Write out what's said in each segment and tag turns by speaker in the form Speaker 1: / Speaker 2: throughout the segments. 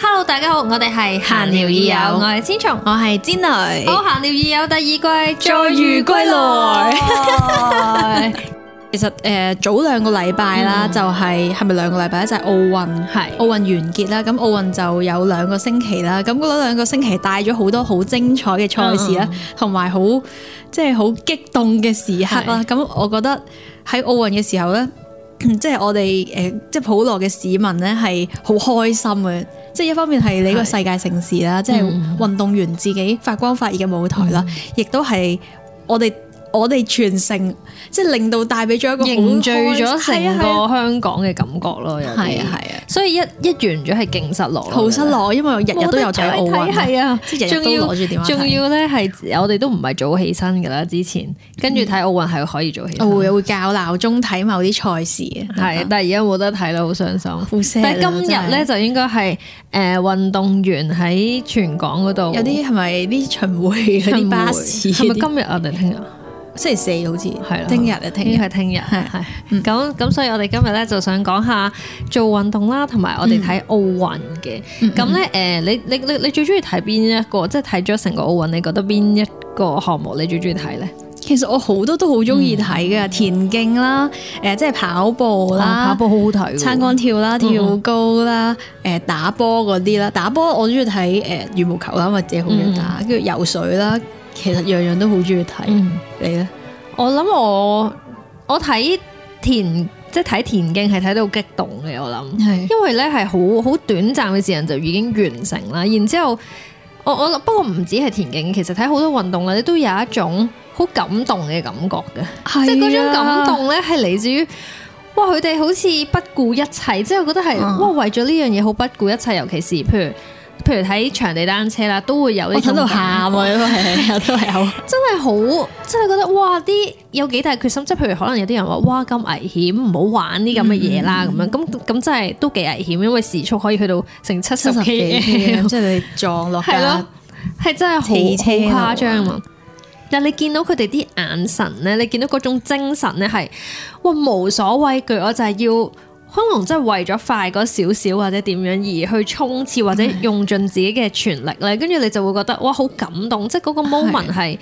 Speaker 1: Hello，大家好，我哋係閒聊已友，
Speaker 2: 閒聊已友
Speaker 1: 我係千松。
Speaker 2: 我係煎女，
Speaker 1: 好，閒聊已友第二季
Speaker 2: 再遇 歸
Speaker 1: 來，
Speaker 2: 其實诶、呃早兩個禮拜啦，就係係咪兩個禮拜咧？就係奧運，
Speaker 1: 係
Speaker 2: 奧運完結啦。咁奧運就有兩個星期啦。咁嗰兩個星期帶咗好多好精彩嘅賽事啦，同埋好即係好激動嘅時刻啦。咁我覺得喺奧運嘅時候咧， 即係我哋诶、呃即係普羅嘅市民咧係好開心嘅。即係一方面係你個世界城市啦，即係運動員自己發光發熱嘅舞台啦，亦都係我哋我哋全城即係令到帶俾咗一個好
Speaker 1: 凝聚咗
Speaker 2: 開心
Speaker 1: 成
Speaker 2: 係啊
Speaker 1: 個香港嘅感覺咯，有啲
Speaker 2: 係啊係啊，
Speaker 1: 所以一一完咗係勁失落咯，
Speaker 2: 係啊好失落，因為我日
Speaker 1: 我覺得，
Speaker 2: 日都有睇奧運，
Speaker 1: 係啊，
Speaker 2: 即係日日都攞住電話睇
Speaker 1: 仲要咧係我哋都唔係早起身噶啦，之前跟住睇奧運係可以早起身，
Speaker 2: 我啊會會教鬧鐘睇某啲賽事啊嘅，
Speaker 1: 係，但係而家冇得睇啦，好傷心。
Speaker 2: 好 sad 啊
Speaker 1: 嗯但係今日咧
Speaker 2: 真係
Speaker 1: 就應該係誒運動員喺全港嗰度
Speaker 2: 有啲係咪啲巡迴嗰啲巴士？
Speaker 1: 係咪今日啊定聽日？
Speaker 2: 星期四好似
Speaker 1: 係啦
Speaker 2: 聽日啊
Speaker 1: 應
Speaker 2: 聽
Speaker 1: 該
Speaker 2: 日
Speaker 1: 係嗯聽日係咁咁，所以我哋今日咧就想講下做運動啦，同埋我哋睇奧運嘅。咁咧誒，你你你你最中意睇邊一個？即係睇咗成個奧運，你覺得邊一個項目你最中意睇咧？
Speaker 2: 其實我好多都好中意睇嘅，田徑啦，誒即係跑步
Speaker 1: 啊
Speaker 2: 啦
Speaker 1: 跑。步好好睇喎，
Speaker 2: 撐杆跳啦、跳高啦、誒、打波嗰啲啦，打波我中意睇誒羽毛球啦，因為自己好中意打，跟住、游水啦，其實樣樣都好中意睇。
Speaker 1: 嗯
Speaker 2: 你咧？
Speaker 1: 我諗我我睇田即係睇田徑係睇到激動嘅，我諗。
Speaker 2: 係
Speaker 1: 因為咧係好好短暫嘅時間就已經完成啦。然之後，我我不過唔止係田徑，其實睇好多運動咧，你都有一種好感動嘅感覺嘅，
Speaker 2: 啊
Speaker 1: 即係嗰啊種感動咧係嚟自於。哇！佢哋好似不顧一切，即係我覺得係、
Speaker 2: 嗯
Speaker 1: 哇，為咗呢樣嘢好不顧一切，尤其是譬如譬如睇場地單車啦，都會有呢
Speaker 2: 我
Speaker 1: 種
Speaker 2: 睇到
Speaker 1: 感覺
Speaker 2: 喊啊，因 為都係有。
Speaker 1: 真係好，真係覺得哇！啲有幾大決心，即係譬如可能有啲人話哇咁危險，唔好玩啲咁嘅嘢啦咁樣，咁咁真係都幾危險，因為時速可以去到成七十
Speaker 2: 七十幾
Speaker 1: K，
Speaker 2: 即係啊你撞落
Speaker 1: 係咯
Speaker 2: 架，，
Speaker 1: 係真係
Speaker 2: 汽車度
Speaker 1: 好好
Speaker 2: 啊
Speaker 1: 誇張啊！但你見到佢哋啲眼神咧，你見到嗰種精神咧係哇無所畏懼，我就係要。可能真係為咗快嗰少少或者點樣而去衝刺或者
Speaker 2: 嗯
Speaker 1: 用盡自己嘅全力咧，跟住你就會覺得哇好感動，即係嗰個 moment 係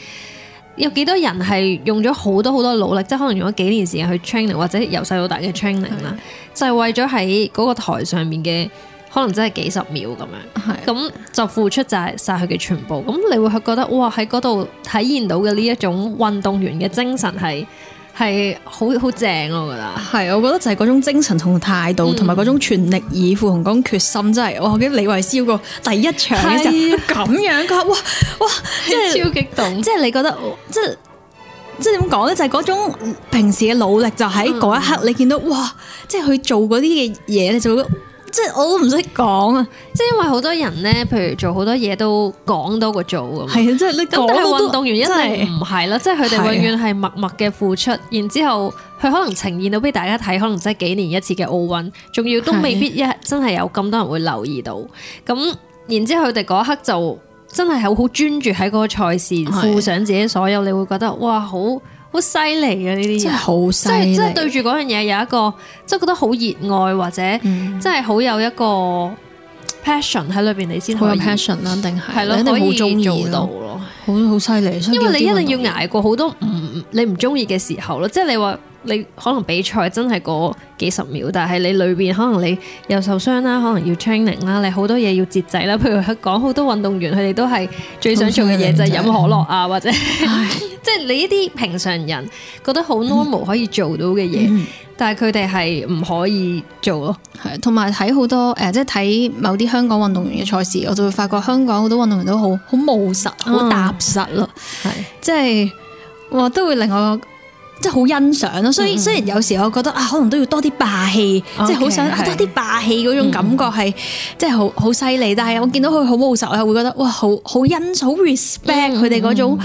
Speaker 1: 有幾多人係用咗好多好多努力，即係可能用咗幾年時間去 training 或者由細到大嘅 training 啦，就係為咗喺嗰個台上面嘅可能真係幾十秒咁樣。
Speaker 2: 係
Speaker 1: 咁就付出就係晒佢嘅全部。咁你會去覺得哇，喺嗰度體現到嘅呢一種運動員嘅精神係係好好正咯，我覺 得。
Speaker 2: 係，我覺得就係嗰種精神同態度，
Speaker 1: 嗯
Speaker 2: 同埋嗰種全力以赴同嗰種決心，真係我記得李慧詩嗰個第一場嘅時候咁樣噶，哇哇，即係
Speaker 1: 超激動，
Speaker 2: 即係你覺得，即係即係點講咧？就係、嗰種嗯平時嘅努力，就喺
Speaker 1: 嗯
Speaker 2: 嗰一刻你見到，哇！即係佢做嗰啲嘅嘢，你就會覺得即係我都唔識講啊，
Speaker 1: 即係因為好多人咧，譬如做好多嘢都講多過做咁。
Speaker 2: 係啊，即係你
Speaker 1: 咁
Speaker 2: 講
Speaker 1: 但係
Speaker 2: 到
Speaker 1: 運
Speaker 2: 都
Speaker 1: 動員一
Speaker 2: 真係
Speaker 1: 定唔係啦，即係佢哋
Speaker 2: 係啊
Speaker 1: 永遠係默默嘅付出，然之後佢可能呈現到俾大家睇，可能真係幾年一次嘅奧運，仲要都
Speaker 2: 係
Speaker 1: 未必一真係有咁多人會留意到。咁然之後佢哋嗰一刻就真係好好專注喺嗰個賽事，
Speaker 2: 係
Speaker 1: 付上自己所有，你會覺得哇，好好犀利啊！呢啲
Speaker 2: 真
Speaker 1: 人。
Speaker 2: 係好犀
Speaker 1: 即係
Speaker 2: 利，
Speaker 1: 即係對住嗰樣嘢有一個，即係覺得好熱愛或者
Speaker 2: 嗯
Speaker 1: 真係好有一個 passion 喺裏邊，你先
Speaker 2: 好
Speaker 1: 可
Speaker 2: 有
Speaker 1: 以
Speaker 2: passion 啦，一定係
Speaker 1: 係咯，
Speaker 2: 你一定
Speaker 1: 可
Speaker 2: 好
Speaker 1: 以
Speaker 2: 中意啊
Speaker 1: 做到
Speaker 2: 咯，
Speaker 1: 咯。
Speaker 2: 好好犀利。所以
Speaker 1: 因為
Speaker 2: 叫
Speaker 1: 你一
Speaker 2: 運動
Speaker 1: 定要捱過好多唔你唔中意嘅時候咯，即係你話你可能比賽真係嗰幾十秒，但係你裏邊可能你又受傷啦，可能要 training 啦，你好多嘢要節制啦。譬如佢講好多運動員佢哋都係最想做嘅嘢就係飲可樂啊，或者即係你呢啲平常人覺得好 normal 可以做到嘅嘢，但係佢哋係唔可以做咯。
Speaker 2: 係，同埋睇好多誒、呃即係睇某啲香港運動員嘅賽事，我就會發覺香港好多運動員都好好務實、好
Speaker 1: 嗯
Speaker 2: 踏實咯。
Speaker 1: 係
Speaker 2: 即係哇，都會令我即係好欣賞咯。雖雖然有時我覺得啊，可能都要多啲霸氣，
Speaker 1: OK，
Speaker 2: 即係好想啊
Speaker 1: 係
Speaker 2: 多啲霸氣嗰種感覺係即係好好犀利。但係我見到佢好務實，我又會覺得哇，好好欣賞、好 respect 佢哋嗰種。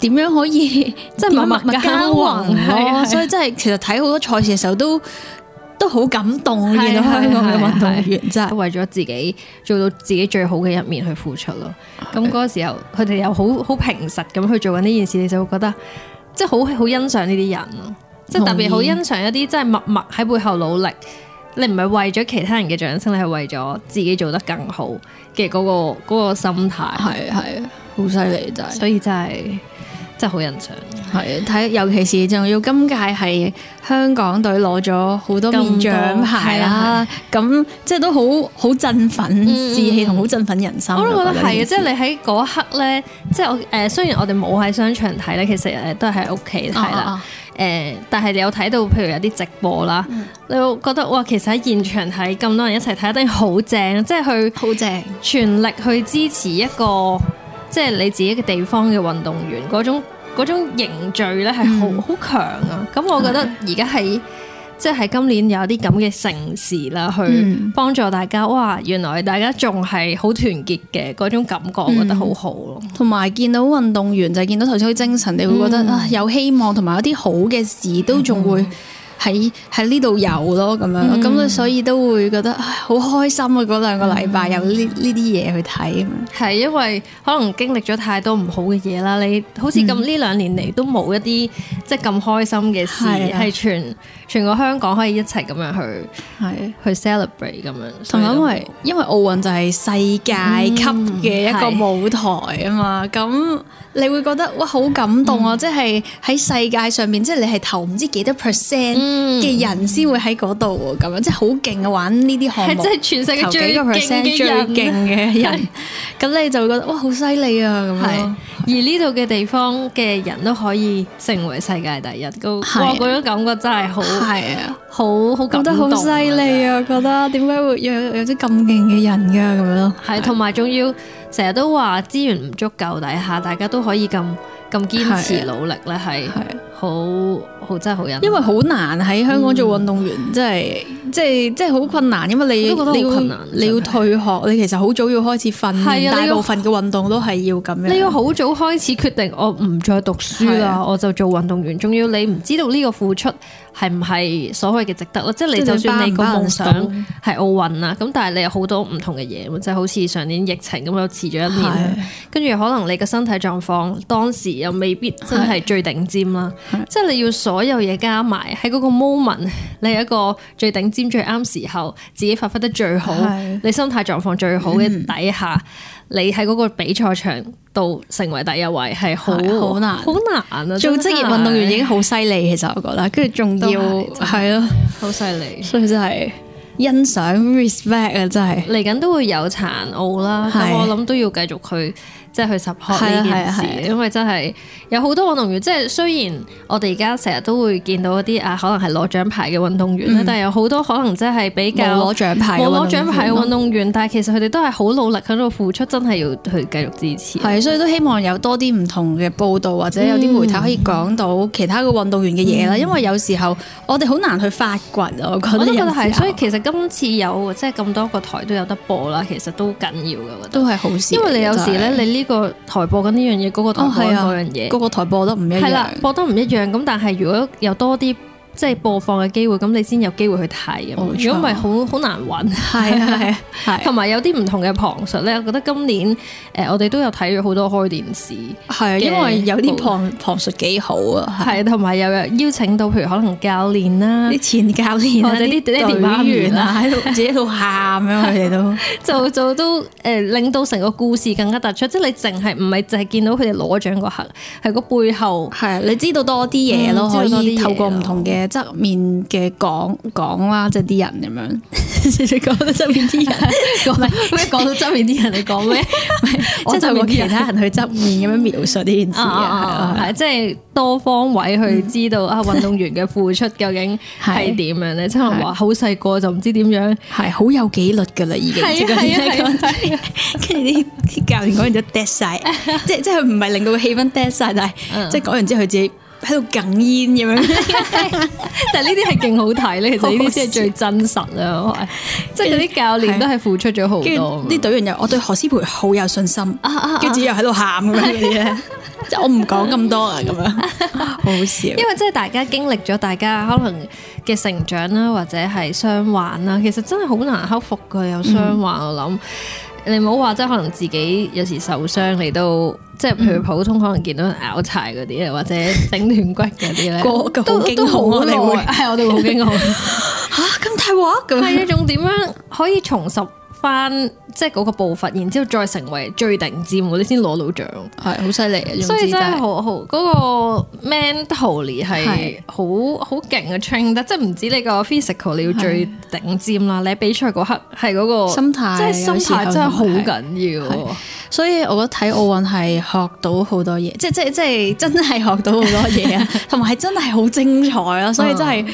Speaker 2: 點樣可以 即係
Speaker 1: 默
Speaker 2: 默
Speaker 1: 默
Speaker 2: 默耕
Speaker 1: 耕耘
Speaker 2: 耘
Speaker 1: 係
Speaker 2: 咯？
Speaker 1: 係
Speaker 2: 所以真係其實睇好多賽事嘅時候都都好感動，
Speaker 1: 係
Speaker 2: 見到香港嘅
Speaker 1: 係
Speaker 2: 運動
Speaker 1: 係
Speaker 2: 員真係。
Speaker 1: 為咗自己做到自己最好嘅一面去付出咯。咁嗰個時候，佢哋又好好平實咁去做緊呢件事，你就會覺得即係好好欣賞呢啲人咯，即係特別好
Speaker 2: 同意
Speaker 1: 欣賞一啲真係默默喺背後努力。你唔係為咗其他人嘅掌聲，你係為咗自己做得更好嘅嗰、個嗰個心態，
Speaker 2: 係係好犀利真係。
Speaker 1: 所以真係真係好欣賞。
Speaker 2: 係睇，尤其是仲要今屆係香港隊攞咗好多面獎牌啦，咁即係都嗯好好振奮士氣同好振奮人心。
Speaker 1: 我都覺得係啊，即係
Speaker 2: 係
Speaker 1: 你喺嗰一刻咧，即係我誒、呃，雖然我哋冇喺商場睇咧，其實誒都係喺屋企睇啦。
Speaker 2: 係啦，
Speaker 1: 誒、呃但係你有睇到譬如有啲直播啦，你會覺得哇，其實喺現場睇咁多人一齊睇，一定好正，即係去
Speaker 2: 好正。
Speaker 1: 全力去支持一個即係你自己嘅地方嘅運動員嗰種嗰種凝聚咧係好好強啊！咁我覺得而家喺即係今年有啲咁嘅盛事啦，去
Speaker 2: 嗯
Speaker 1: 幫助大家。哇！原來大家仲係好團結嘅嗰種感覺，我覺得好好咯。
Speaker 2: 同埋見到運動員就係見到頭先啲精神，你會覺
Speaker 1: 嗯
Speaker 2: 得、啊有希望，同埋有啲好嘅事都仲會喺喺呢度有咯咁樣，
Speaker 1: 嗯
Speaker 2: 咁、所以都會覺得唉好開心啊！嗰兩個禮
Speaker 1: 嗯
Speaker 2: 拜有呢呢啲嘢去睇咁樣。
Speaker 1: 係因為可能經歷咗太多唔好嘅嘢啦，你好似咁
Speaker 2: 嗯
Speaker 1: 呢兩年嚟都冇一啲即係咁開心嘅事，
Speaker 2: 係啊
Speaker 1: 係全全個香港可以一齊咁樣去
Speaker 2: 係。
Speaker 1: 去 celebrate 咁樣，
Speaker 2: 同埋因為
Speaker 1: 為
Speaker 2: 因為奧運就係世界級嘅一個
Speaker 1: 嗯嗯係
Speaker 2: 舞台啊嘛，咁、你會覺得哇好感動
Speaker 1: 嗯
Speaker 2: 啊！即係喺世界上面，即係你係頭唔知幾多 percent
Speaker 1: 嗯
Speaker 2: 嘅人先會喺嗰度喎，咁樣即係好勁啊！玩呢啲項
Speaker 1: 係
Speaker 2: 目
Speaker 1: 即。係全世界
Speaker 2: 頭幾
Speaker 1: 最
Speaker 2: 個
Speaker 1: 勁
Speaker 2: percent
Speaker 1: 嘅
Speaker 2: 最
Speaker 1: 人
Speaker 2: 勁嘅人，咁你就會覺得哇好犀利啊咁
Speaker 1: 係
Speaker 2: 樣。
Speaker 1: 而呢度嘅地方嘅人都可以成為世界第一，嗰
Speaker 2: 係
Speaker 1: 哇嗰種感覺真係好
Speaker 2: 係啊，
Speaker 1: 好好
Speaker 2: 覺
Speaker 1: 感
Speaker 2: 得好
Speaker 1: 動
Speaker 2: 犀利！啊！覺得點解會有有啲咁勁嘅人㗎咁樣咯？
Speaker 1: 係同埋仲要成日都話資源唔足夠底下，大家都可以咁咁堅持
Speaker 2: 係
Speaker 1: 努力咧，係
Speaker 2: 係啊
Speaker 1: 好好真係好人。
Speaker 2: 因為好難喺香港做運動員，真係即係即係好困難，因為你
Speaker 1: 我都覺得
Speaker 2: 你
Speaker 1: 好
Speaker 2: 要
Speaker 1: 困難
Speaker 2: 你要退學，你其實好早要開始
Speaker 1: 係
Speaker 2: 訓練，
Speaker 1: 啊你
Speaker 2: 大
Speaker 1: 要
Speaker 2: 部分嘅運動都係要咁樣。
Speaker 1: 你要好早開始決定，我唔再讀書
Speaker 2: 係
Speaker 1: 啦，
Speaker 2: 啊
Speaker 1: 我就做運動員。仲要你唔知道呢個付出係唔係所謂嘅值得咯，即係你就算你個夢想
Speaker 2: 即係你 balance
Speaker 1: 係奧運啦，咁但係你有好多唔同嘅嘢喎，即係好似上年疫情咁又遲咗一年啦，跟住可能你嘅身體狀況當時又未必真係最頂尖啦，即係你要所有嘢加埋喺嗰個 moment，你係一個最頂尖、最啱時候，自己發揮得最好。
Speaker 2: 係嗯
Speaker 1: 你心態狀況最好嘅底下，你喺嗰個比賽場度成為第一位係好
Speaker 2: 係好難
Speaker 1: 好難啊！
Speaker 2: 做職業運動員已經
Speaker 1: 經
Speaker 2: 好犀利，其實我覺得，跟住仲
Speaker 1: 都
Speaker 2: 要
Speaker 1: 係真
Speaker 2: 係咯。
Speaker 1: 好犀利。
Speaker 2: 所以真係欣賞 respect 啊，真係。
Speaker 1: 嚟緊都會有殘奧啦，咁
Speaker 2: 係
Speaker 1: 我諗都要繼續去即係去 support 呢件
Speaker 2: 係啊係啊
Speaker 1: 事，因為真係有好多運動員，即係雖然我哋而家成日都會見到一啲啊，可能係攞獎牌嘅運動員啦，但係有好多可能真係比較
Speaker 2: 嗯冇攞獎牌嘅
Speaker 1: 冇
Speaker 2: 運動員咯，
Speaker 1: 攞獎牌嘅運動員，但係其實佢哋都係好努力喺度付出，真係要去繼續支持。
Speaker 2: 係，所以都希望有多啲唔同嘅報道，或者有啲媒體可以講
Speaker 1: 嗯
Speaker 2: 到其他嘅運動員嘅嘢啦。因為有時候我哋好難去發掘啊，我覺
Speaker 1: 我
Speaker 2: 得
Speaker 1: 都覺
Speaker 2: 有
Speaker 1: 得
Speaker 2: 時
Speaker 1: 係，
Speaker 2: 候
Speaker 1: 所以其實今次有即係咁多個台都有得播啦，其實都緊要嘅，我覺得。
Speaker 2: 都係好事嚟嘅。
Speaker 1: 因為你有時咧，
Speaker 2: 真係
Speaker 1: 你呢個台播緊呢樣嘢，嗰個台
Speaker 2: 哦
Speaker 1: 播緊
Speaker 2: 係
Speaker 1: 嗰樣
Speaker 2: 啊，
Speaker 1: 嘢，
Speaker 2: 個個台播得唔一
Speaker 1: 係啦
Speaker 2: 樣，。
Speaker 1: 播得唔一樣。咁但係如果有多啲即係播放嘅機會，咁你先有機會去睇。咁
Speaker 2: 冇錯
Speaker 1: 如果唔係，好好難揾。
Speaker 2: 係啊係啊係
Speaker 1: 同
Speaker 2: 啊
Speaker 1: 埋有啲唔同嘅旁述咧，我覺得今年誒我哋都有睇咗好多開電視。
Speaker 2: 係啊，因為有啲旁旁述幾好啊，係
Speaker 1: 係，同埋又有邀請到，譬如可能教練啦，
Speaker 2: 啲前教練啊，
Speaker 1: 或者啲
Speaker 2: 啲
Speaker 1: 爹哋媽
Speaker 2: 隊
Speaker 1: 咪
Speaker 2: 員
Speaker 1: 啦
Speaker 2: 啊，喺度自己喺度喊啊，佢哋都。
Speaker 1: 就就都誒、呃令到成個故事更加突出，即係你淨係唔係淨係見到佢哋攞獎嗰刻，係個背後
Speaker 2: 係，啊你知道多啲嘢咯，
Speaker 1: 嗯
Speaker 2: 可
Speaker 1: 知道多啲
Speaker 2: 以
Speaker 1: 嘢
Speaker 2: 透過唔同嘅側面嘅講講啦，即係啲人咁樣，你 講到側面啲人，
Speaker 1: 講咩講到側面啲人你講 咩？
Speaker 2: 即係透過其
Speaker 1: 人
Speaker 2: 他人去側面咁樣描述呢件事
Speaker 1: 啊啊啊
Speaker 2: 啊，係啊
Speaker 1: 係即係多方位去知道 啊運動員嘅付出究竟係點樣咧？即係話好細個就唔知點樣，
Speaker 2: 係好有紀律㗎啦，已經即係嗰 啲人
Speaker 1: 啊係啊！
Speaker 2: 跟住啲啲教練講完都 dead 晒，即係即係佢唔係令到個氣氛 dead 晒，但
Speaker 1: 嗯
Speaker 2: 係即係講完之後佢自己喺度哽咽咁樣，
Speaker 1: 但係呢啲係勁好睇咧，其實呢啲先係最真實啦，即係嗰啲教練都係付出咗好
Speaker 2: 跟
Speaker 1: 多
Speaker 2: 住。啲隊員又我對何詩蓓好有信心，
Speaker 1: 啊啊啊
Speaker 2: 跟住自己又喺度喊咁樣嗰啲咧， 即係我唔講咁多啊咁樣， 好好笑。
Speaker 1: 因為真係大家經歷咗大家可能嘅成長啦，或者係傷患啦，其實真係好難克服噶。有傷患，我諗你唔好話，即係可能自己有時受傷，你都即係譬如普通可能見到人拗柴嗰啲啊，或者整斷骨嗰啲咧，
Speaker 2: 個個
Speaker 1: 都
Speaker 2: 好驚
Speaker 1: 都
Speaker 2: 恐啊
Speaker 1: 好
Speaker 2: 我哋
Speaker 1: 耐，
Speaker 2: 會
Speaker 1: 係我哋會好驚恐。
Speaker 2: 吓咁大鑊咁樣
Speaker 1: 啊係一種點樣可以重拾翻即係嗰個步伐，然之後再成為最頂尖喎，你先攞到獎。
Speaker 2: 係好犀利啊！
Speaker 1: 所
Speaker 2: 所
Speaker 1: 以
Speaker 2: 以
Speaker 1: 真
Speaker 2: 真
Speaker 1: 係
Speaker 2: 係
Speaker 1: 好好嗰、個 mentally 係
Speaker 2: 係
Speaker 1: 好好勁嘅 train 得，即係唔止你個 physical 你要最頂尖啦，你喺比賽嗰刻係嗰、個
Speaker 2: 心態啊
Speaker 1: 即係心態
Speaker 2: 有時候
Speaker 1: 真係好
Speaker 2: 係
Speaker 1: 緊要喎。
Speaker 2: 所以我覺得睇奧運係學到好多嘢，即係即係即係真係學到好多嘢 啊，同埋係真係好精彩啊！所以真係。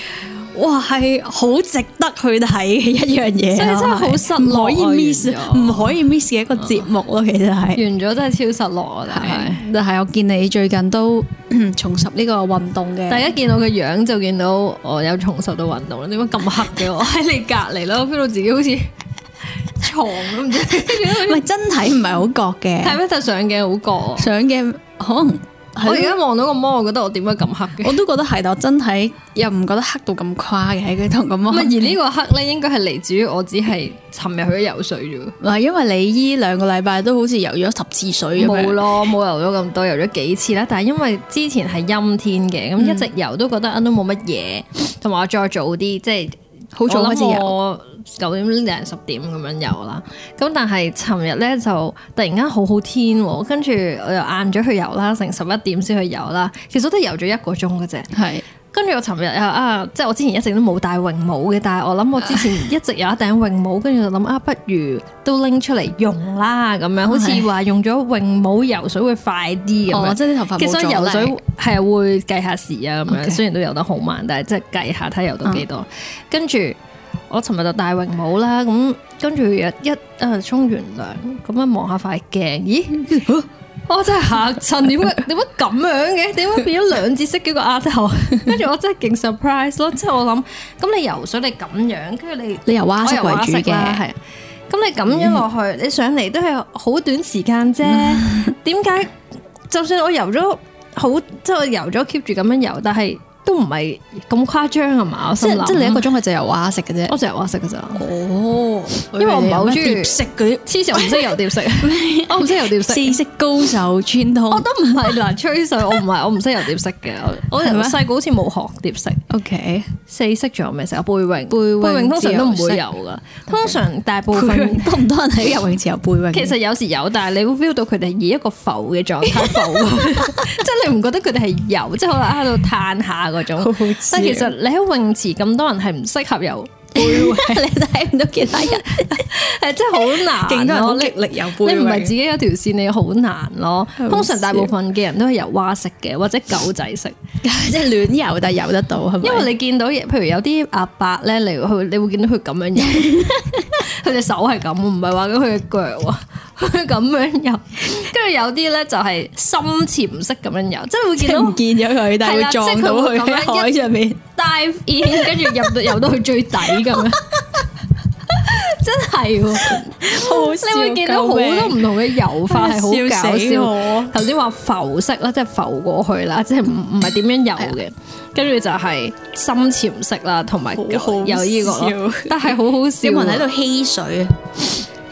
Speaker 2: 哇，係好值得去睇嘅一樣嘢啊，
Speaker 1: 所以真係好失落啊
Speaker 2: 唔可以 miss，
Speaker 1: 完咗
Speaker 2: 唔可以 miss 嘅一個節目咯，其實係。
Speaker 1: 完咗真係超失落啊！但係
Speaker 2: 哦係，但係我見你最近都 重拾呢個運動嘅，
Speaker 1: 大家見到個樣就見到我有重拾到運動啦。點解咁黑嘅？我喺你隔離咯，我 feel 到自己好似床咁唔知。
Speaker 2: 唔係真睇唔係好覺
Speaker 1: 係
Speaker 2: 嘅，
Speaker 1: 咩？但上鏡好覺啊。
Speaker 2: 想嘅可能
Speaker 1: 我
Speaker 2: 係
Speaker 1: 而
Speaker 2: 咯
Speaker 1: 家望到個魔，我覺得我點解咁黑嘅？
Speaker 2: 我都覺得係，但我真睇又唔覺得黑到咁誇嘅，喺佢同咁
Speaker 1: 咁
Speaker 2: 樣
Speaker 1: 啊，而呢個黑咧，應該係嚟自於我只係尋日去咗游水啫
Speaker 2: 唔係因為你依兩個禮拜都好似游咗十次
Speaker 1: 喎，
Speaker 2: 水咁
Speaker 1: 冇
Speaker 2: 樣，
Speaker 1: 咯，冇游咗咁多，游咗幾次啦。但係因為之前係陰天嘅，咁一直游都覺得啊都冇乜嘢，同埋我再早啲，即係
Speaker 2: 好早開始
Speaker 1: 我諗
Speaker 2: 游，
Speaker 1: 我九點零十點咁樣游啦。咁但係尋日咧就突然間好好天喎，跟住我又晏咗去游啦，成十一點先去游啦。其實我都游咗一個鐘嘅啫。
Speaker 2: 係
Speaker 1: 跟住我尋日啊啊，即係我之前一直都冇戴泳帽嘅，但係我諗我之前一直有一頂泳帽，跟住就諗啊，不如都拎出嚟用啦咁樣，好似話用咗泳帽游水會快啲咁
Speaker 2: 哦，
Speaker 1: 樣。
Speaker 2: 即係啲頭髮
Speaker 1: 其
Speaker 2: 冇
Speaker 1: 實
Speaker 2: 咗
Speaker 1: 游水係啊會計下時啊，咁樣
Speaker 2: OK 嗯
Speaker 1: 雖然都游得好慢，但係即係計下睇游到幾多。跟住我尋日就戴泳帽啦，咁跟住一一啊沖完涼，咁樣望下塊鏡，咦？ 我真係嚇親，點解點解咁樣嘅？點解變咗兩截式嘅個額頭？跟住我真係勁 surprise 咯！即係我諗，咁你游水你咁樣，跟住你
Speaker 2: 你由蛙
Speaker 1: 我
Speaker 2: 式
Speaker 1: 游
Speaker 2: 為
Speaker 1: 蛙式
Speaker 2: 主
Speaker 1: 啦，
Speaker 2: 嘅，
Speaker 1: 係。咁你咁樣落去，你上嚟都係好短時間 啫。點解？就算我游咗好，即係我游咗 keep 住咁樣游，但係都唔係咁誇張啊嘛。我
Speaker 2: 即
Speaker 1: 心諗
Speaker 2: 係即係你一個鐘係就游蛙式嘅啫。
Speaker 1: 我成日話食㗎咋。
Speaker 2: 哦，
Speaker 1: 因為我唔係好中意
Speaker 2: 食嗰
Speaker 1: 黐線，我 唔識游蝶式，我唔識游蝶式。
Speaker 2: 啲四式高手串通
Speaker 1: 我。都唔係嗱，吹水我唔係，我唔識游蝶式嘅。我我
Speaker 2: 係咩
Speaker 1: 細個好似冇學蝶式，
Speaker 2: O K，
Speaker 1: 四式仲有咩式啊？背泳，背
Speaker 2: 泳
Speaker 1: 泳通常都唔
Speaker 2: 自由
Speaker 1: 會
Speaker 2: 式
Speaker 1: 游噶，通常大部
Speaker 2: 背泳
Speaker 1: 分。
Speaker 2: 多唔多人喺游泳池游背泳？
Speaker 1: 其實有時有，但係你會 feel 到佢哋以一個浮嘅狀 態浮， 即係你唔覺得佢哋係游，即係可能喺度嘆下嗰
Speaker 2: 好啊
Speaker 1: 種。
Speaker 2: 好笑
Speaker 1: 但係其實你喺泳池咁多人係唔適合游，
Speaker 2: 你睇唔到其他 人，
Speaker 1: 係真係好
Speaker 2: 勁
Speaker 1: 難
Speaker 2: 多人
Speaker 1: 咯。
Speaker 2: 好
Speaker 1: 你
Speaker 2: 極力游背
Speaker 1: 你
Speaker 2: 泳。
Speaker 1: 唔係自己有條線，你好難咯。
Speaker 2: 好啊
Speaker 1: 通常大
Speaker 2: 笑
Speaker 1: 部分嘅人都係游蛙式嘅，或者狗仔式。
Speaker 2: 即係亂游，但係游得到係咪？
Speaker 1: 因為你見到，譬如有啲阿伯咧，你佢你會見到佢咁樣游， 佢隻手係咁，唔係話緊佢嘅腳喎， 佢咁樣游。跟住有啲咧就係深潛式咁樣游，即係會
Speaker 2: 即
Speaker 1: 見
Speaker 2: 係
Speaker 1: 到
Speaker 2: 唔見咗佢，但
Speaker 1: 係啦
Speaker 2: 係
Speaker 1: 即
Speaker 2: 會
Speaker 1: 係
Speaker 2: 撞
Speaker 1: 佢
Speaker 2: 到
Speaker 1: 會
Speaker 2: 佢
Speaker 1: 咁樣
Speaker 2: 喺海上面。
Speaker 1: dive in，跟住入到游到去最底咁樣。 真係 喎，你會見到好多唔同嘅游法係好搞笑。
Speaker 2: 我。
Speaker 1: 頭先話浮式啦，即係浮過去啦，即係唔唔係啊點樣游嘅，跟住就係深潛式啦，同埋
Speaker 2: 好好
Speaker 1: 有呢個咯
Speaker 2: 笑，
Speaker 1: 但係好好笑
Speaker 2: 有
Speaker 1: 啊。
Speaker 2: 冇人喺度嬉水啊？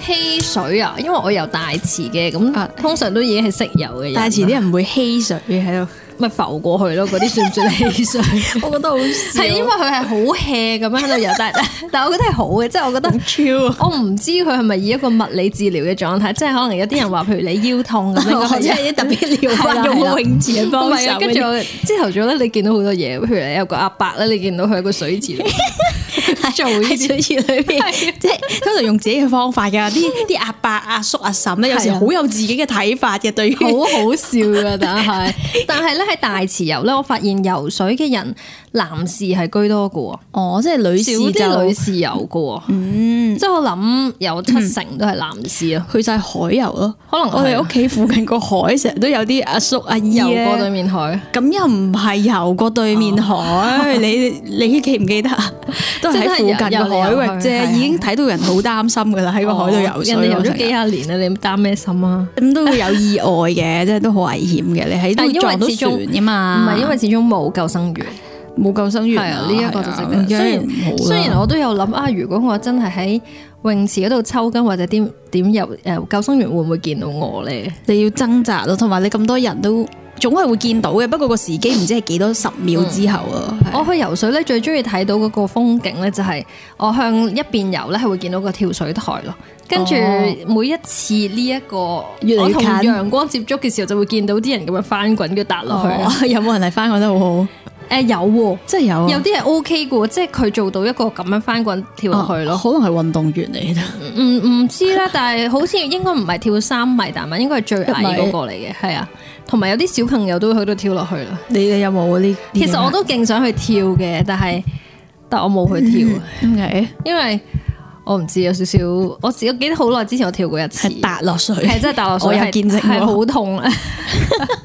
Speaker 1: 嬉水啊？因為我游大池嘅，咁
Speaker 2: 啊
Speaker 1: 通常都已經係識游嘅人啦。啊
Speaker 2: 但係遲啲人唔會嬉水嘅喺度，
Speaker 1: 咪浮過去咯，嗰啲算唔算嬉水？啊
Speaker 2: 我覺得好笑
Speaker 1: 係因為佢係好 hea 咁樣喺度游，但係 但係我覺得係好嘅，即係我覺得。
Speaker 2: 超啊！
Speaker 1: 我唔知佢係咪以一個物理治療嘅狀態，即係可能有啲人話，譬如你腰痛咁樣，咁
Speaker 2: 我
Speaker 1: 你
Speaker 2: 真係啲特別療
Speaker 1: 係啦
Speaker 2: 法，用
Speaker 1: 係啦
Speaker 2: 個泳池嚟
Speaker 1: 唔
Speaker 2: 幫
Speaker 1: 係啊，
Speaker 2: 手。
Speaker 1: 跟住我朝頭早咧，你見到好多嘢，譬如你有個阿伯咧，你見到佢喺個水池 度做呢
Speaker 2: 喺
Speaker 1: 啲，
Speaker 2: 水池裏
Speaker 1: 係
Speaker 2: 邊，即係啊通常用自己嘅方法㗎。啲 啲阿伯、阿叔、阿嬸咧，有時
Speaker 1: 係啊
Speaker 2: 好有自己嘅睇法嘅。對於
Speaker 1: 好好笑噶。但係，但係咧喺大池游咧，我發現游水嘅人男士係居多嘅喎，
Speaker 2: 哦，即係女士
Speaker 1: 少啲女
Speaker 2: 就
Speaker 1: 士游嘅喎。嗯，即係我諗有七成都係男士啊咯，
Speaker 2: 去晒海遊咯。
Speaker 1: 可能
Speaker 2: 我
Speaker 1: 係
Speaker 2: 哋
Speaker 1: 啊
Speaker 2: 屋企附近個海成日都有啲阿叔阿姨啊
Speaker 1: 游
Speaker 2: 咧
Speaker 1: 過對面海。
Speaker 2: 咁又唔係游過對面海，你你記唔記 得啊？都哦係喺附近嘅海
Speaker 1: 真係
Speaker 2: 域
Speaker 1: 游游嚟游
Speaker 2: 啫，
Speaker 1: 去
Speaker 2: 已經睇到人好擔心㗎啦，喺個海度哦游水，
Speaker 1: 哦人哋游
Speaker 2: 我成
Speaker 1: 咗
Speaker 2: 日
Speaker 1: 幾廿年啦，你擔咩心啊？
Speaker 2: 咁都會有意外嘅，即係都好危險嘅。你喺
Speaker 1: 但係因
Speaker 2: 度
Speaker 1: 為
Speaker 2: 撞到
Speaker 1: 始
Speaker 2: 船
Speaker 1: 終
Speaker 2: 㗎
Speaker 1: 唔
Speaker 2: 嘛，
Speaker 1: 係因為始終冇救生員，
Speaker 2: 冇救生員
Speaker 1: 係啊呢一個就值得
Speaker 2: 係啊
Speaker 1: 雖然
Speaker 2: 梗係唔好啦
Speaker 1: 雖然我都有諗啊，如果我真係喺泳池嗰度抽筋或者點點入誒、救生員會唔會見到我咧？
Speaker 2: 你要掙扎咯，同埋你咁多人都總係會見到嘅，不過個時機唔知係幾多十秒之後啊。係
Speaker 1: 我去游水咧，最中意睇到嗰個風景咧，就係、我向一邊游咧，係會見到個跳水台咯。跟住
Speaker 2: 哦
Speaker 1: 每一次呢、一個
Speaker 2: 越嚟
Speaker 1: 我
Speaker 2: 越
Speaker 1: 同
Speaker 2: 近
Speaker 1: 陽光接觸嘅時候，就會見到啲人咁樣翻滾嘅搭落去。誒、
Speaker 2: 哦 有冇人嚟翻？我覺得好好，
Speaker 1: 有喎、
Speaker 2: 真係有啊
Speaker 1: 有啲係 O K 嘅喎，即係佢做到一個咁樣翻滾跳落去咯
Speaker 2: 哦。可能係運動員嚟嘅。
Speaker 1: 唔唔知啦，但係好似應該唔係跳三米大米，應該係最矮嗰個嚟嘅，係啊。同埋有啲小朋友都會喺度跳落去啦。
Speaker 2: 你你有冇呢？
Speaker 1: 其實我都勁想去跳嘅，但係但我冇去跳，
Speaker 2: 點解
Speaker 1: 因為我唔知有少少，我自己記得好耐之前我跳過一次，
Speaker 2: 係踏落水，
Speaker 1: 係真係大落水，
Speaker 2: 我有
Speaker 1: 係
Speaker 2: 見證
Speaker 1: 係
Speaker 2: 過
Speaker 1: 好痛啊！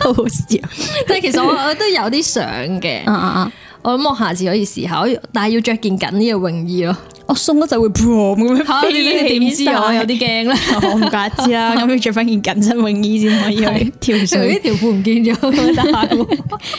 Speaker 2: 好 好笑。
Speaker 1: 但係其實我我都有啲想嘅，
Speaker 2: 啊啊啊！
Speaker 1: 我諗我下次可以試下，我但係要着件緊啲嘅泳衣咯。
Speaker 2: 我鬆咗就會 boom 咁樣
Speaker 1: 嚇
Speaker 2: 飛
Speaker 1: 你
Speaker 2: 起
Speaker 1: 點知
Speaker 2: 晒
Speaker 1: 啊？我有啲驚 啦，
Speaker 2: 我唔怪之啦，咁要着翻件緊身泳衣先可以去跳
Speaker 1: 除呢
Speaker 2: 水。
Speaker 1: 條褲唔見咗，但 係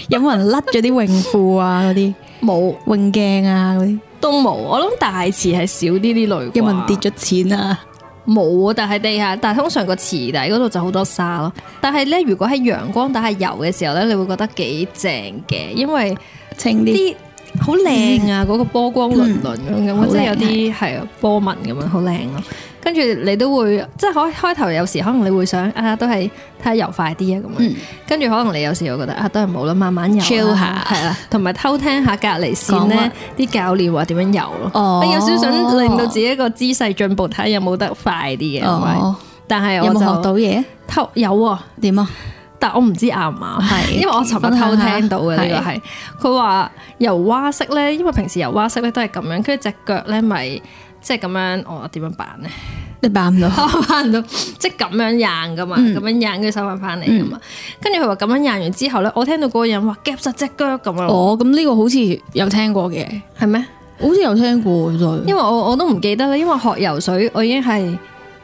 Speaker 2: 有冇人甩咗啲泳褲啊？嗰啲
Speaker 1: 冇。
Speaker 2: 泳鏡啊？嗰啲
Speaker 1: 都冇，我諗大池係少啲啲類。
Speaker 2: 有冇人跌？咗錢啊？
Speaker 1: 冇啊，但係地下，但係通常個池底嗰度就好多沙咯。但係咧，如果喺陽光底下游嘅時候咧，你會覺得幾正嘅，因為
Speaker 2: 清啲。
Speaker 1: 啲好靚啊，嗰個波光粼粼咁樣，
Speaker 2: 嗯
Speaker 1: 即係有
Speaker 2: 好靚
Speaker 1: 啲係啊波紋咁樣，好靚咯。跟住你都會即係開開頭有時可能你會想啊，都係睇下游快啲啊咁樣
Speaker 2: 嗯。
Speaker 1: 跟住可能你有時又覺得啊，都係冇啦，慢慢游
Speaker 2: Chill
Speaker 1: 啦
Speaker 2: 下
Speaker 1: 係啦，同埋偷聽下隔離線
Speaker 2: 講啊
Speaker 1: 咧
Speaker 2: 話
Speaker 1: 啲教練話點樣游咯。
Speaker 2: 哦
Speaker 1: 我有少少想令到自己個姿勢進步，睇下有冇得快啲嘅。
Speaker 2: Ờ.
Speaker 1: 係咪
Speaker 2: 哦，
Speaker 1: 但係
Speaker 2: 有
Speaker 1: 我
Speaker 2: 冇
Speaker 1: 就
Speaker 2: 學到嘢？
Speaker 1: 偷有啊，
Speaker 2: 點啊？
Speaker 1: 但我唔知啱唔啱。
Speaker 2: 係
Speaker 1: 因為我尋日偷聽到嘅
Speaker 2: 分享下
Speaker 1: 呢個係，佢話游蛙式咧，因為平時游蛙式咧都係咁樣，跟住隻腳咧咪即係咁樣，我點樣扮咧？
Speaker 2: 你扮唔到，
Speaker 1: 我扮到即係咁樣硬噶嘛，
Speaker 2: 嗯
Speaker 1: 咁樣硬跟住手翻翻嚟噶嘛。跟住佢話咁樣硬完之後咧，我聽到嗰個人話夾實隻腳咁樣咯，
Speaker 2: 哦，咁呢個好似有聽過嘅，
Speaker 1: 係咩？
Speaker 2: 好似有聽過
Speaker 1: 因
Speaker 2: 對。
Speaker 1: 為我我都唔記得啦，因為學游水我已經係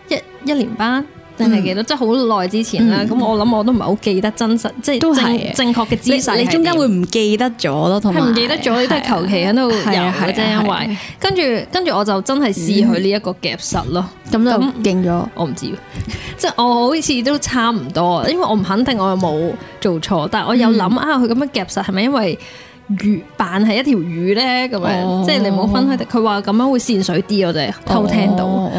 Speaker 1: 一一年班定
Speaker 2: 嗯
Speaker 1: 係幾多，即係好耐之前啦。咁、我諗我都唔係好記得真實，即係
Speaker 2: 都係
Speaker 1: 正
Speaker 2: 嘅
Speaker 1: 正確嘅姿勢係點。
Speaker 2: 你中間會唔記得咗咯，同埋啊
Speaker 1: 係唔記得咗， 你都係求其喺度游嘅啫，因為跟住跟住我就真係試佢呢一個夾實咯。
Speaker 2: 咁就
Speaker 1: 咁
Speaker 2: 勁咗。
Speaker 1: 我唔知喎，即係我好似都差唔多，因為我唔肯定我有冇做錯，但係我有
Speaker 2: 嗯
Speaker 1: 諗、啊，佢咁樣夾實係咪因為魚扮係一條魚咧咁樣？
Speaker 2: 哦
Speaker 1: 即係你唔好分開。佢話咁樣會跣水啲，我哋偷聽到。
Speaker 2: 哦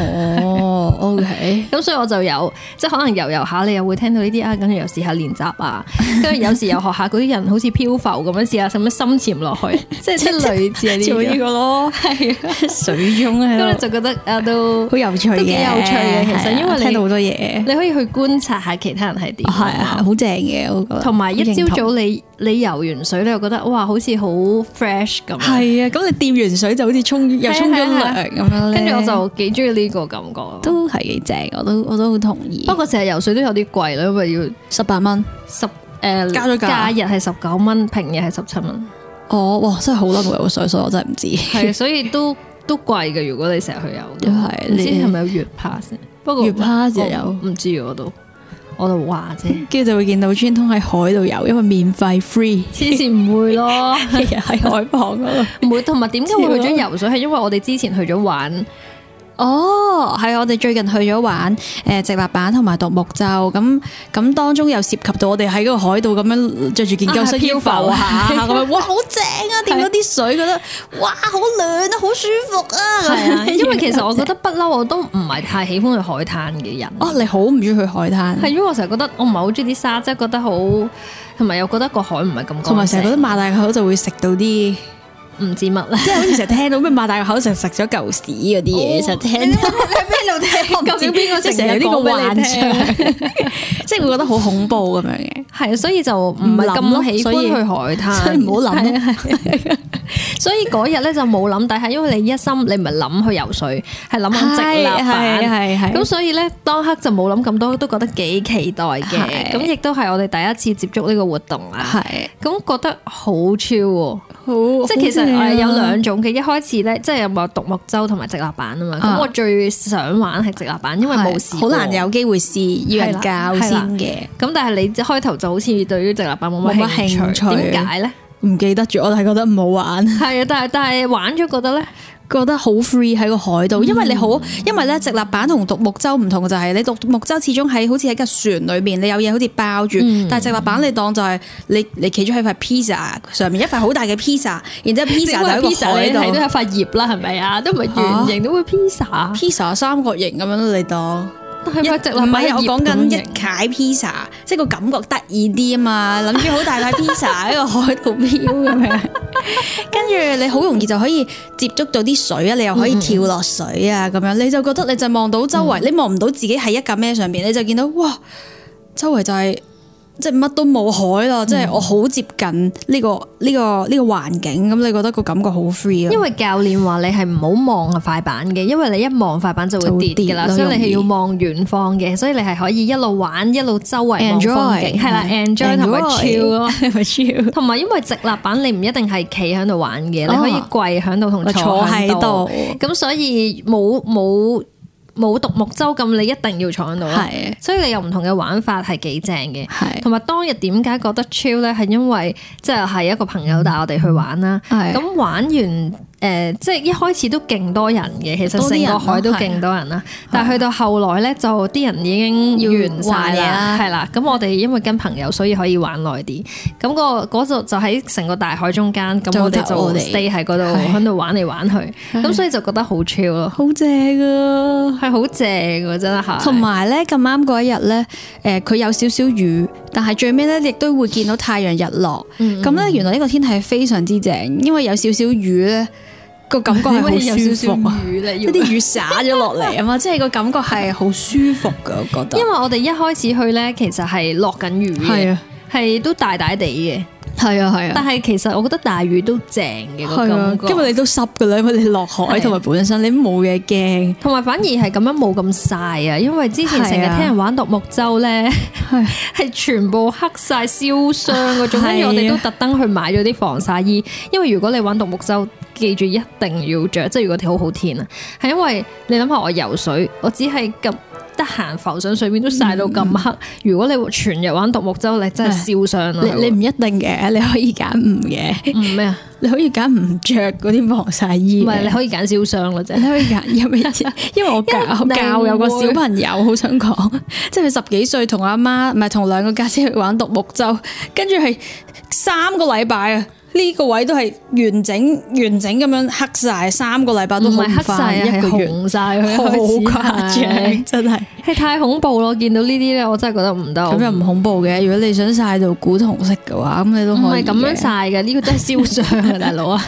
Speaker 2: 哦，OK，
Speaker 1: 咁所以我就有，即係可能游游下，你又會聽到呢啲啊，跟住又試下練習啊，跟住有時又學下嗰啲人好似漂浮咁樣試下，使乜深潛落 去，即係即係類似呢
Speaker 2: 做呢
Speaker 1: 啲。
Speaker 2: 個咯，
Speaker 1: 係 啊，
Speaker 2: 水中喺
Speaker 1: 咁你
Speaker 2: 度，
Speaker 1: 就覺得啊都
Speaker 2: 好有趣嘅，
Speaker 1: 都幾有趣嘅其實
Speaker 2: 係啊
Speaker 1: 因為你
Speaker 2: 聽到好多嘢，
Speaker 1: 你可以去觀察下其他人係點。
Speaker 2: 係啊，好正嘅，我覺得。
Speaker 1: 同埋一朝
Speaker 2: 好認同
Speaker 1: 早你你游完水，你又覺得哇，好似好 fresh 咁。
Speaker 2: 係啊，咁你掂完水就好似沖又沖咗涼咁樣咧
Speaker 1: 跟住我就幾中意呢個感覺。
Speaker 2: 都係幾正，我都我都好同意
Speaker 1: 不。過成日游水都有啲貴啦，因為要
Speaker 2: 十八蚊。
Speaker 1: 十誒
Speaker 2: 加咗價
Speaker 1: 假日係十九蚊，平日係十七蚊，
Speaker 2: 哦，哇！真係好耐冇游水，所以我真係唔知。
Speaker 1: 係啊所以都都貴嘅。如果你成日去游，
Speaker 2: 都係
Speaker 1: 唔知
Speaker 2: 你
Speaker 1: 係咪有月 pass？不過
Speaker 2: 月 pass 又有
Speaker 1: 我唔知我都我就話啫，
Speaker 2: 跟住就會見到專通喺海度游，因為免費 free，
Speaker 1: 黐線唔會 咯，
Speaker 2: 日日喺海旁嗰度。
Speaker 1: 唔會。同埋點解會去咗游水？係因為我哋之前去咗玩。
Speaker 2: 哦，係我哋最近去咗玩誒直立板同埋獨木舟，咁咁當中又涉及到我哋喺個海度咁樣着住件救生衣
Speaker 1: 啊漂浮下
Speaker 2: 咁樣，哇！好正啊！掂到啲水，覺得哇好涼啊，好舒服啊！
Speaker 1: 係啊， 因為其實我覺
Speaker 2: 得
Speaker 1: 得不嬲，我都唔係太喜歡去海灘嘅人。
Speaker 2: 哦，你好唔中意去海
Speaker 1: 係
Speaker 2: 灘，
Speaker 1: 因為我成日覺得我唔係好中意啲沙，即係覺得好，同埋又覺得個海唔係咁乾淨，
Speaker 2: 同埋成日覺得擘大個口就會食到啲。
Speaker 1: 唔知乜咧。
Speaker 2: 即係好似成日聽到咩擘大個口成日食咗嚿屎嗰啲嘢，成日聽到哦喺 邊度聽
Speaker 1: 究竟邊個
Speaker 2: 即係
Speaker 1: 成日
Speaker 2: 成日有呢個
Speaker 1: 講俾你
Speaker 2: 幻
Speaker 1: 聽
Speaker 2: 想， 即係會覺得好恐怖咁樣嘅，
Speaker 1: 係，所以就唔係咁喜歡去海灘，
Speaker 2: 所以唔好諗
Speaker 1: 係啊。
Speaker 2: 咯。
Speaker 1: 所以嗰日咧就冇諗底下，因為你一心你唔係諗去游水，係諗緊直立
Speaker 2: 係
Speaker 1: 板。
Speaker 2: 係係
Speaker 1: 咁所以咧，當刻就冇諗咁多，都覺得幾期待嘅。
Speaker 2: 係
Speaker 1: 咁亦都係我哋第一次接觸呢個活動啦。
Speaker 2: 係
Speaker 1: 咁覺得好超喎！
Speaker 2: 好啊
Speaker 1: 即係其實誒有兩種嘅，一開始咧即係有冇獨木舟同埋直立板啊嘛。咁
Speaker 2: 啊
Speaker 1: 我最想玩係直立板，因為冇試
Speaker 2: 好
Speaker 1: 過
Speaker 2: 難。有機會試，要人教
Speaker 1: 係啦
Speaker 2: 先嘅。
Speaker 1: 咁但係你開頭就好似對於直立板冇乜
Speaker 2: 冇乜興
Speaker 1: 興趣，
Speaker 2: 趣
Speaker 1: 點解咧？
Speaker 2: 唔記得住，我係覺得唔好玩。
Speaker 1: 係啊，但係但係玩咗覺得咧，
Speaker 2: 覺得好 free 喺個海度，因為你
Speaker 1: 嗯
Speaker 2: 好，因為咧直立板同獨木舟唔同就係、你獨木舟始終喺好似喺架船裏面，你有嘢好似包住，
Speaker 1: 嗯
Speaker 2: 但係直立板你當就係、你你企咗喺塊 pizza 上面一塊好大嘅 pizza，然之後 pizza 就喺個海
Speaker 1: 你睇
Speaker 2: 度
Speaker 1: 到一塊葉啦，係咪啊？都唔係圓形，都會 pizza。
Speaker 2: ，pizza 三角形咁樣咯，你當。
Speaker 1: 但係咪啊直立
Speaker 2: 唔
Speaker 1: 擺
Speaker 2: 係，我
Speaker 1: 葉
Speaker 2: 講緊
Speaker 1: 咁
Speaker 2: 一
Speaker 1: 型
Speaker 2: 解 pizza，即係個感覺得意啲啊嘛，諗住好大塊 pizza 喺個海度飄咁樣， 跟住你好容易就可以接觸到啲水啊，你又
Speaker 1: 嗯
Speaker 2: 可以跳落水啊咁樣，你就覺得你就望到周圍，你望唔到自己喺一架咩上邊，你就見到哇，周圍就係、即係乜都冇海
Speaker 1: 嗯
Speaker 2: 啦，即係我好接近呢、個呢、個呢、個環境，咁你覺得個感覺好 free
Speaker 1: 因
Speaker 2: 啊？
Speaker 1: 為教練話你係唔好望塊板嘅，因為你一望塊板就
Speaker 2: 就
Speaker 1: 會
Speaker 2: 會
Speaker 1: 跌㗎啦，
Speaker 2: 跌咯
Speaker 1: 所以你
Speaker 2: 容
Speaker 1: 係
Speaker 2: 易
Speaker 1: 要望遠方嘅，所以你係可以一路玩一路周圍望
Speaker 2: Enjoy，
Speaker 1: 風景，係啦
Speaker 2: 係
Speaker 1: ，enjoy 同埋
Speaker 2: Enjoy
Speaker 1: chill 咯。
Speaker 2: 咪超
Speaker 1: 同埋因為直立板你唔一定係企喺度玩嘅，
Speaker 2: 哦
Speaker 1: 你可以跪喺度 同
Speaker 2: 我坐
Speaker 1: 坐
Speaker 2: 喺
Speaker 1: 度
Speaker 2: 度，，
Speaker 1: 咁所以冇冇冇獨木舟咁，你一定要坐喺度咯。
Speaker 2: 係
Speaker 1: 所以你有唔同嘅玩法係幾正嘅。
Speaker 2: 係
Speaker 1: 同埋當日點解覺得 chill 咧，係因為即係係一個朋
Speaker 2: 嗯
Speaker 1: 友帶我哋去玩啦。
Speaker 2: 係
Speaker 1: 咁玩完誒、呃即係一開始都勁多人嘅，其實
Speaker 2: 多啲人
Speaker 1: 成個海都
Speaker 2: 咯係啊
Speaker 1: 勁多人啦。但係去到後來咧，就啲人已經完晒
Speaker 2: 要玩嘢
Speaker 1: 啦
Speaker 2: 啦，
Speaker 1: 係啦。咁我哋因為跟朋友，所以可以玩耐啲。咁、個嗰度就喺成個大海中間，咁
Speaker 2: 就
Speaker 1: 我哋
Speaker 2: 得我
Speaker 1: 就
Speaker 2: 哋
Speaker 1: stay 喺嗰度
Speaker 2: 係
Speaker 1: 喺度玩嚟玩去，咁所以就覺得好 chill 咯，
Speaker 2: 好正啊！
Speaker 1: 係好正嘅真係。
Speaker 2: 同埋咧咁啱嗰一日咧，誒、佢有少少雨，但係最尾咧亦都會見到太陽日落。
Speaker 1: 嗯
Speaker 2: 咁咧、原來呢個天氣係非常之正，因為有少少雨咧，個感 覺係
Speaker 1: 因為
Speaker 2: 好
Speaker 1: 有
Speaker 2: 舒
Speaker 1: 少
Speaker 2: 服
Speaker 1: 少
Speaker 2: 啊！
Speaker 1: 雨你
Speaker 2: 一
Speaker 1: 要。
Speaker 2: 啲雨灑咗落嚟啊嘛，即係個感覺係好舒服噶，我覺得
Speaker 1: 因。為我哋一開始去咧，其實係落緊雨嘅，
Speaker 2: 啊，
Speaker 1: 係都大大地嘅。
Speaker 2: 係啊，係
Speaker 1: 但。係其實我覺得大雨都正嘅個
Speaker 2: 係啊
Speaker 1: 感，覺，
Speaker 2: 因為你都濕噶啦，因為你落
Speaker 1: 係啊
Speaker 2: 海同埋本身你都冇嘢驚，
Speaker 1: 同埋反而係咁樣冇咁晒啊。因為之前成日
Speaker 2: 係啊
Speaker 1: 聽人玩獨木舟咧，
Speaker 2: 係
Speaker 1: 係全部黑晒燒傷嗰種，
Speaker 2: 係啊
Speaker 1: 跟住我哋都特登去買咗啲防曬衣。因為如果你玩獨木舟，記住一定要着，即係如果條好好天啊，係因為你諗下我游水，我只係咁。得閒浮上水面都晒到咁黑，如果你全日玩獨木舟，你真嗯係燒傷啊！
Speaker 2: 你你唔一定嘅，你可以揀唔嘅，
Speaker 1: 唔咩啊？
Speaker 2: 你可以揀唔着嗰啲防曬
Speaker 1: 唔
Speaker 2: 衣嘅。
Speaker 1: 係你可以揀燒傷 咯啫
Speaker 2: 你。可以揀有咩？ 因為我教
Speaker 1: 一定會
Speaker 2: 教有個小朋友，好想講， 即係佢十幾歲同阿媽，唔係同兩個家姐去玩獨木舟，跟住係三個禮拜啊，呢、個位都係完整完整咁樣黑晒，三個禮拜都
Speaker 1: 唔
Speaker 2: 好
Speaker 1: 係黑晒啊，
Speaker 2: 晒一
Speaker 1: 係
Speaker 2: 個月，
Speaker 1: 紅晒佢
Speaker 2: 好
Speaker 1: 開始
Speaker 2: 誇
Speaker 1: 係
Speaker 2: 張，真係。
Speaker 1: 係太恐怖咯！見到呢啲咧，我真係覺得唔得。
Speaker 2: 咁又唔恐怖嘅，如果你想晒到古銅色嘅話，咁你都
Speaker 1: 唔
Speaker 2: 可
Speaker 1: 係
Speaker 2: 以
Speaker 1: 咁樣
Speaker 2: 嘅。
Speaker 1: 晒嘅，呢個真係燒傷啊，大佬 啊！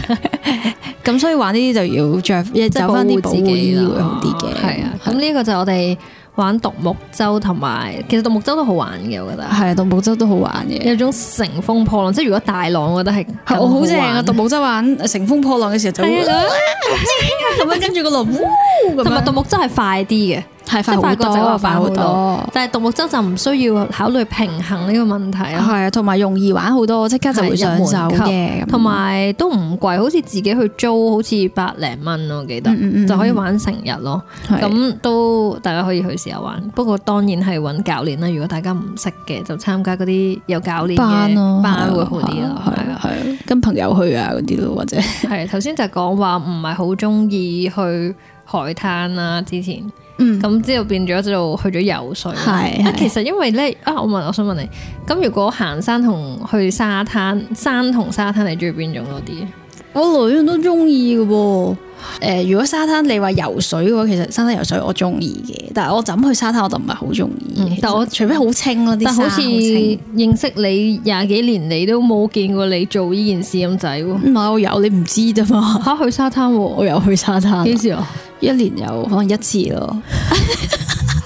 Speaker 2: 咁所以玩呢啲就要着一
Speaker 1: 即係
Speaker 2: 走翻啲
Speaker 1: 保護
Speaker 2: 保
Speaker 1: 自
Speaker 2: 護
Speaker 1: 己
Speaker 2: 衣
Speaker 1: 啦
Speaker 2: 會好啲嘅。
Speaker 1: 係啊，咁呢個就係我哋玩獨木舟同埋，其實獨木舟都好玩嘅，我覺得
Speaker 2: 係啊，獨木舟都好玩嘅。
Speaker 1: 有種乘風破浪，即係如果大浪，我覺得係
Speaker 2: 係我好正啊！獨
Speaker 1: 獨
Speaker 2: 木舟玩乘風破浪嘅時候就
Speaker 1: 係啊，
Speaker 2: 咁樣跟住個浪，
Speaker 1: 同
Speaker 2: 同
Speaker 1: 埋
Speaker 2: 埋
Speaker 1: 獨木舟係快啲嘅，
Speaker 2: 係
Speaker 1: 即係快過走啊快好
Speaker 2: 多，
Speaker 1: 但係獨木舟就唔需要考慮平衡呢個問題啊。
Speaker 2: 係啊，同埋容易玩好多，即刻就會上手嘅，
Speaker 1: 同埋都唔貴，好似自己去租，好似百零蚊咯，我記得、
Speaker 2: 嗯嗯嗯
Speaker 1: 就可以玩成日咯。
Speaker 2: 咁
Speaker 1: 咁都大家可以去試下玩，不過當然係揾教練啦。如果大家唔識嘅，就參加嗰啲有教練
Speaker 2: 班
Speaker 1: 嘅
Speaker 2: 咯，啊
Speaker 1: 班會好啲咯。係
Speaker 2: 係
Speaker 1: 啊，
Speaker 2: 啊係啊，跟朋友去啊嗰啲咯，或者
Speaker 1: 係啊頭先就講話唔係好中意去海灘啦，之前
Speaker 2: 嗯
Speaker 1: 咁之後變咗就去咗游水啦。
Speaker 2: 係
Speaker 1: 啊，其
Speaker 2: 係
Speaker 1: 實因為咧啊，我問我想問你，咁如果行山同去沙灘，山同沙灘你中意邊種多啲？
Speaker 2: 我女都中意嘅喎。誒，如果沙灘你話游水嘅話，其實沙灘游水我中意嘅，但係我就咁去沙灘我就唔係好中
Speaker 1: 嗯
Speaker 2: 意。
Speaker 1: 但我
Speaker 2: 除非好清咯，啲
Speaker 1: 但好
Speaker 2: 沙
Speaker 1: 似
Speaker 2: 清
Speaker 1: 認識你廿幾年，你都冇見過你做呢件事咁滯喎。
Speaker 2: 唔係我有，你唔知啫嘛。
Speaker 1: 嚇去沙灘
Speaker 2: 我
Speaker 1: 喎，
Speaker 2: 有去沙灘，
Speaker 1: 幾時啊？
Speaker 2: 一年有可能一次咯。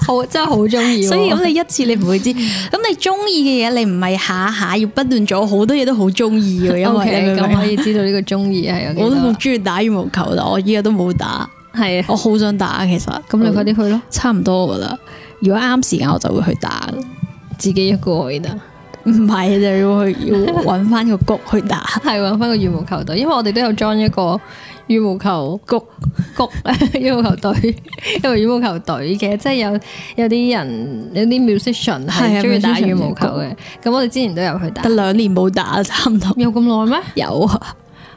Speaker 1: 好真係好中意
Speaker 2: 所
Speaker 1: 所
Speaker 2: 以
Speaker 1: 以
Speaker 2: 咁
Speaker 1: 咁
Speaker 2: 你一次你唔會知，咁你中意嘅嘢你唔係下下要不斷做，好多嘢都好中意嘅，
Speaker 1: 你
Speaker 2: 因
Speaker 1: OK，
Speaker 2: 為你明唔
Speaker 1: 咁
Speaker 2: 明
Speaker 1: 啊可以知道呢個中意係有啊
Speaker 2: 我都
Speaker 1: 幾
Speaker 2: 好
Speaker 1: 多？
Speaker 2: 中意打羽毛球，但我依家都冇打，
Speaker 1: 係啊，
Speaker 2: 我好想打其實。
Speaker 1: 咁你快啲去咯，
Speaker 2: 差唔多噶啦，如果啱時間我就會去打，
Speaker 1: 自己一個可以得。
Speaker 2: 唔係就要去要揾翻個谷去打。
Speaker 1: 係揾翻個羽毛球隊，因為我哋都有 join 一個羽毛球局局 羽毛球隊， 因為羽毛球隊嘅，即係有有啲人有啲 musician
Speaker 2: 係啊
Speaker 1: 係中意打
Speaker 2: musician
Speaker 1: 羽毛球嘅，咁我哋之前都有去打
Speaker 2: 得，兩年冇打，差唔多
Speaker 1: 有咁耐咩？
Speaker 2: 有啊，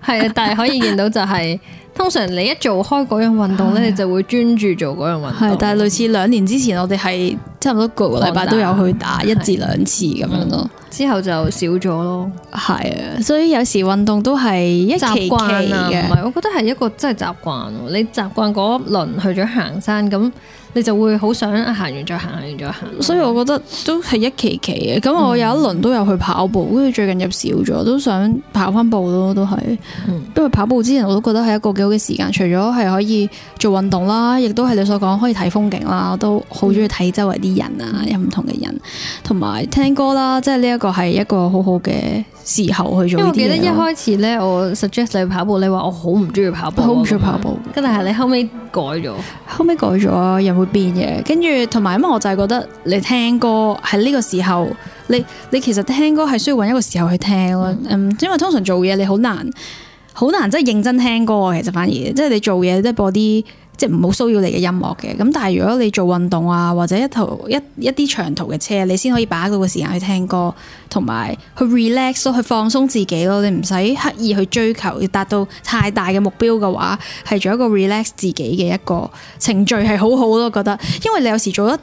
Speaker 1: 係 啊，但係可以見到就係、通常你一做開嗰樣運動咧，你就會專注做嗰樣運
Speaker 2: 係
Speaker 1: 動，。
Speaker 2: 但係類似兩年之前，我哋係差唔多個個禮拜都有去
Speaker 1: 嗯
Speaker 2: 打一至兩次咁樣咯。
Speaker 1: 之後就少咗咯，
Speaker 2: 係啊，所以有時運動都係一期期
Speaker 1: 習慣啊，唔
Speaker 2: 嘅，
Speaker 1: 係，我覺得係一個真係習慣喎。你習慣嗰一輪去咗行山，咁你就會好想行完再行，行完再行。
Speaker 2: 所以我覺得都係一期期嘅。咁我有一輪都有去跑步，跟住最近入少咗，都想跑翻步咯，都係。
Speaker 1: 嗯
Speaker 2: 因為跑步之前我都覺得係一個幾好嘅時間，除咗係可以做運動啦，亦都係你所講可以睇風景啦，我都好中意睇周圍啲人啊，有唔同嘅人，同埋聽歌啦，即係呢一個係一個好好嘅時候去
Speaker 1: 因
Speaker 2: 做
Speaker 1: 為我
Speaker 2: 呢啲嘢咯。
Speaker 1: 記得一開始咧，我 suggest 你去跑步，你話我好唔中意跑步，
Speaker 2: 好唔中意跑。步，嗯
Speaker 1: 跟但係你後尾改咗，
Speaker 2: 後尾改咗，人會變嘅。跟住同埋，因為我就係覺得你聽歌喺呢個時候，你你其實聽歌係需要揾一個時候去聽咯。嗯，因為通常做嘢你好難，好難即係認真聽歌啊。其實反而即係你做嘢都係播啲即係唔好騷擾你嘅音樂嘅。咁但係如果你做運動啊，或者一途一一啲長途嘅車，你先可以把握到個時間去聽歌，同埋去 relax 咯，去放鬆自己咯。你唔使刻意去追求要達到太大嘅目標嘅話，係做一個 relax 自己嘅一個程序係好好咯，覺得，因為你有時做得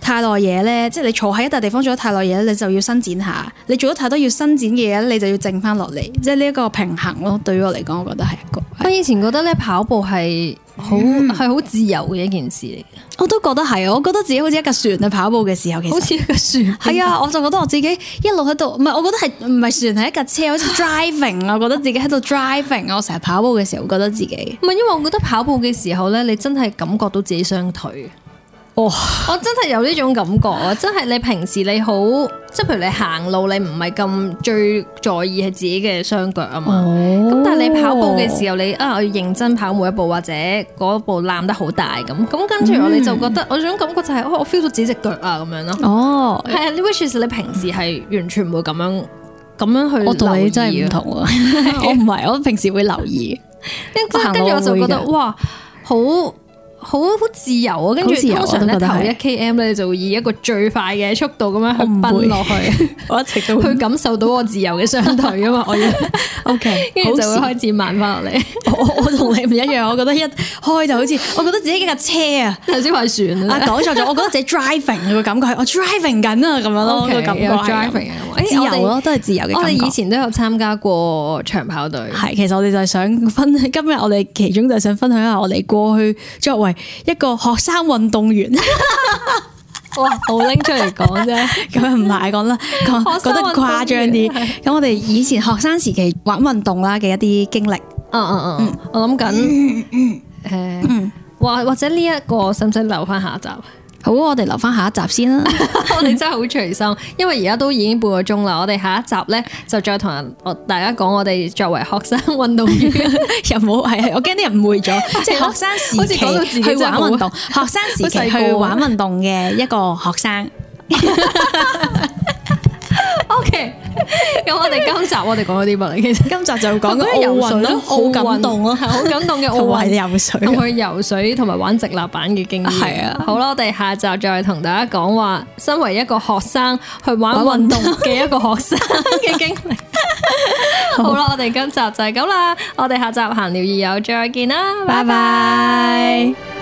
Speaker 2: 太耐嘢咧，即係你坐喺一笪地方做得太耐嘢，你就要伸展下，你做得太多要伸展嘅嘢，你就要靜翻落嚟，即係呢一個平衡咯。對於我嚟講，我覺得係一個，
Speaker 1: 我以前覺得咧跑步係 好係好自由嘅一件事嚟嘅，
Speaker 2: 我都覺得係，我覺得自己好似一架船去跑步嘅時候，其實
Speaker 1: 好。似一個船。
Speaker 2: 係啊，我就覺得我自己一路喺度，唔係我覺得係唔係船係一架車，好 似 driving 啊，我覺得自己喺度 driving 啊，我成日跑步嘅時候覺得自己，
Speaker 1: 唔係，因為我覺得跑步嘅時候咧，你真係感覺到自己雙腿。
Speaker 2: 哦，
Speaker 1: 我真係有呢種感覺啊！真係你平時你好，即係譬如你行路，你唔係咁最在意係自己嘅雙腳啊
Speaker 2: 哦
Speaker 1: 嘛。咁、
Speaker 2: 咁
Speaker 1: 但係你跑步嘅時候，你啊我要認真跑每一步，或者嗰一步攬得好大咁，咁跟住我你就覺得、我種感覺就係、哦我 feel 到自己只腳啊咁樣咯。
Speaker 2: 候，哦，
Speaker 1: 係啊、你 which is 你平時係完全唔會咁樣咁樣去
Speaker 2: 我同
Speaker 1: 留意
Speaker 2: 你真係
Speaker 1: 啊
Speaker 2: 唔同 啊，我唔係，我平時會留意。我行
Speaker 1: 跟住
Speaker 2: 路
Speaker 1: 我就
Speaker 2: 會
Speaker 1: 覺得
Speaker 2: 㗎
Speaker 1: 哇，好好好自由啊！跟住
Speaker 2: 好自由啊
Speaker 1: 通常咧
Speaker 2: 我都覺得
Speaker 1: 頭
Speaker 2: 係
Speaker 1: 一 km 咧就會以一個最快嘅速度咁樣去
Speaker 2: 我唔會
Speaker 1: 奔落 去，
Speaker 2: 我一直都
Speaker 1: 去感受到我自由嘅雙腿啊嘛！我 要
Speaker 2: O K，
Speaker 1: 跟住就會開始慢翻落嚟。
Speaker 2: 我我我同你唔一樣，我覺得一開就好似，我覺得自己一架 車啊，
Speaker 1: 頭先話船啊，
Speaker 2: 啊講錯咗，我覺得自己 driving 個感覺係我 driving 緊啊咁樣咯，個
Speaker 1: OK，
Speaker 2: 感覺
Speaker 1: 有
Speaker 2: 係咁
Speaker 1: driving 啊咁
Speaker 2: 自
Speaker 1: 誒我哋
Speaker 2: 由咯，都係自由嘅
Speaker 1: 我哋
Speaker 2: 感
Speaker 1: 以
Speaker 2: 覺。
Speaker 1: 前都有參加過長跑 隊，
Speaker 2: 係，其實我哋就係想分今日我哋其中就係想分享下我哋過去作為一個學生運 動員，
Speaker 1: 哇！好拎出嚟講啫，
Speaker 2: 咁樣唔係講啦，講
Speaker 1: 學
Speaker 2: 覺
Speaker 1: 生
Speaker 2: 得
Speaker 1: 運動員
Speaker 2: 誇張啲。咁我哋以前學生時期玩運動啦嘅一啲經歷，
Speaker 1: 嗯嗯嗯，我諗緊誒，或或者呢一個使唔使留翻下集？
Speaker 2: 好，我哋留翻下一集先啦。
Speaker 1: 我哋真係好隨心，因為而家都已經半個鐘啦。我哋下一集呢，就再同人我大家講，我哋作為學生運動員，
Speaker 2: 又冇係係，我驚啲人誤會咗，即係學生
Speaker 1: 好
Speaker 2: 時
Speaker 1: 似
Speaker 2: 期
Speaker 1: 講到自己
Speaker 2: 去
Speaker 1: 真係
Speaker 2: 玩
Speaker 1: 好
Speaker 2: 運動，學生時
Speaker 1: 好
Speaker 2: 期
Speaker 1: 細
Speaker 2: 去
Speaker 1: 個
Speaker 2: 玩運動嘅一個學生。
Speaker 1: OK，咁我哋今集我哋講咗啲乜咧？其實
Speaker 2: 今集就講
Speaker 1: 講
Speaker 2: 個
Speaker 1: 咗游
Speaker 2: 奧運
Speaker 1: 水
Speaker 2: 咯，好感動 咯，
Speaker 1: 好感動嘅奧
Speaker 2: 同埋
Speaker 1: 運，
Speaker 2: 游水。
Speaker 1: 同佢游水同埋玩直立板嘅經驗。
Speaker 2: 係啊
Speaker 1: 好啦，我哋下集再同大家講話，身為一個學生去玩運動嘅一個學生嘅經歷。 好啦，我哋今集就係咁啦，我哋下集閒聊二友再見啦，拜
Speaker 2: 拜
Speaker 1: 拜。
Speaker 2: 拜。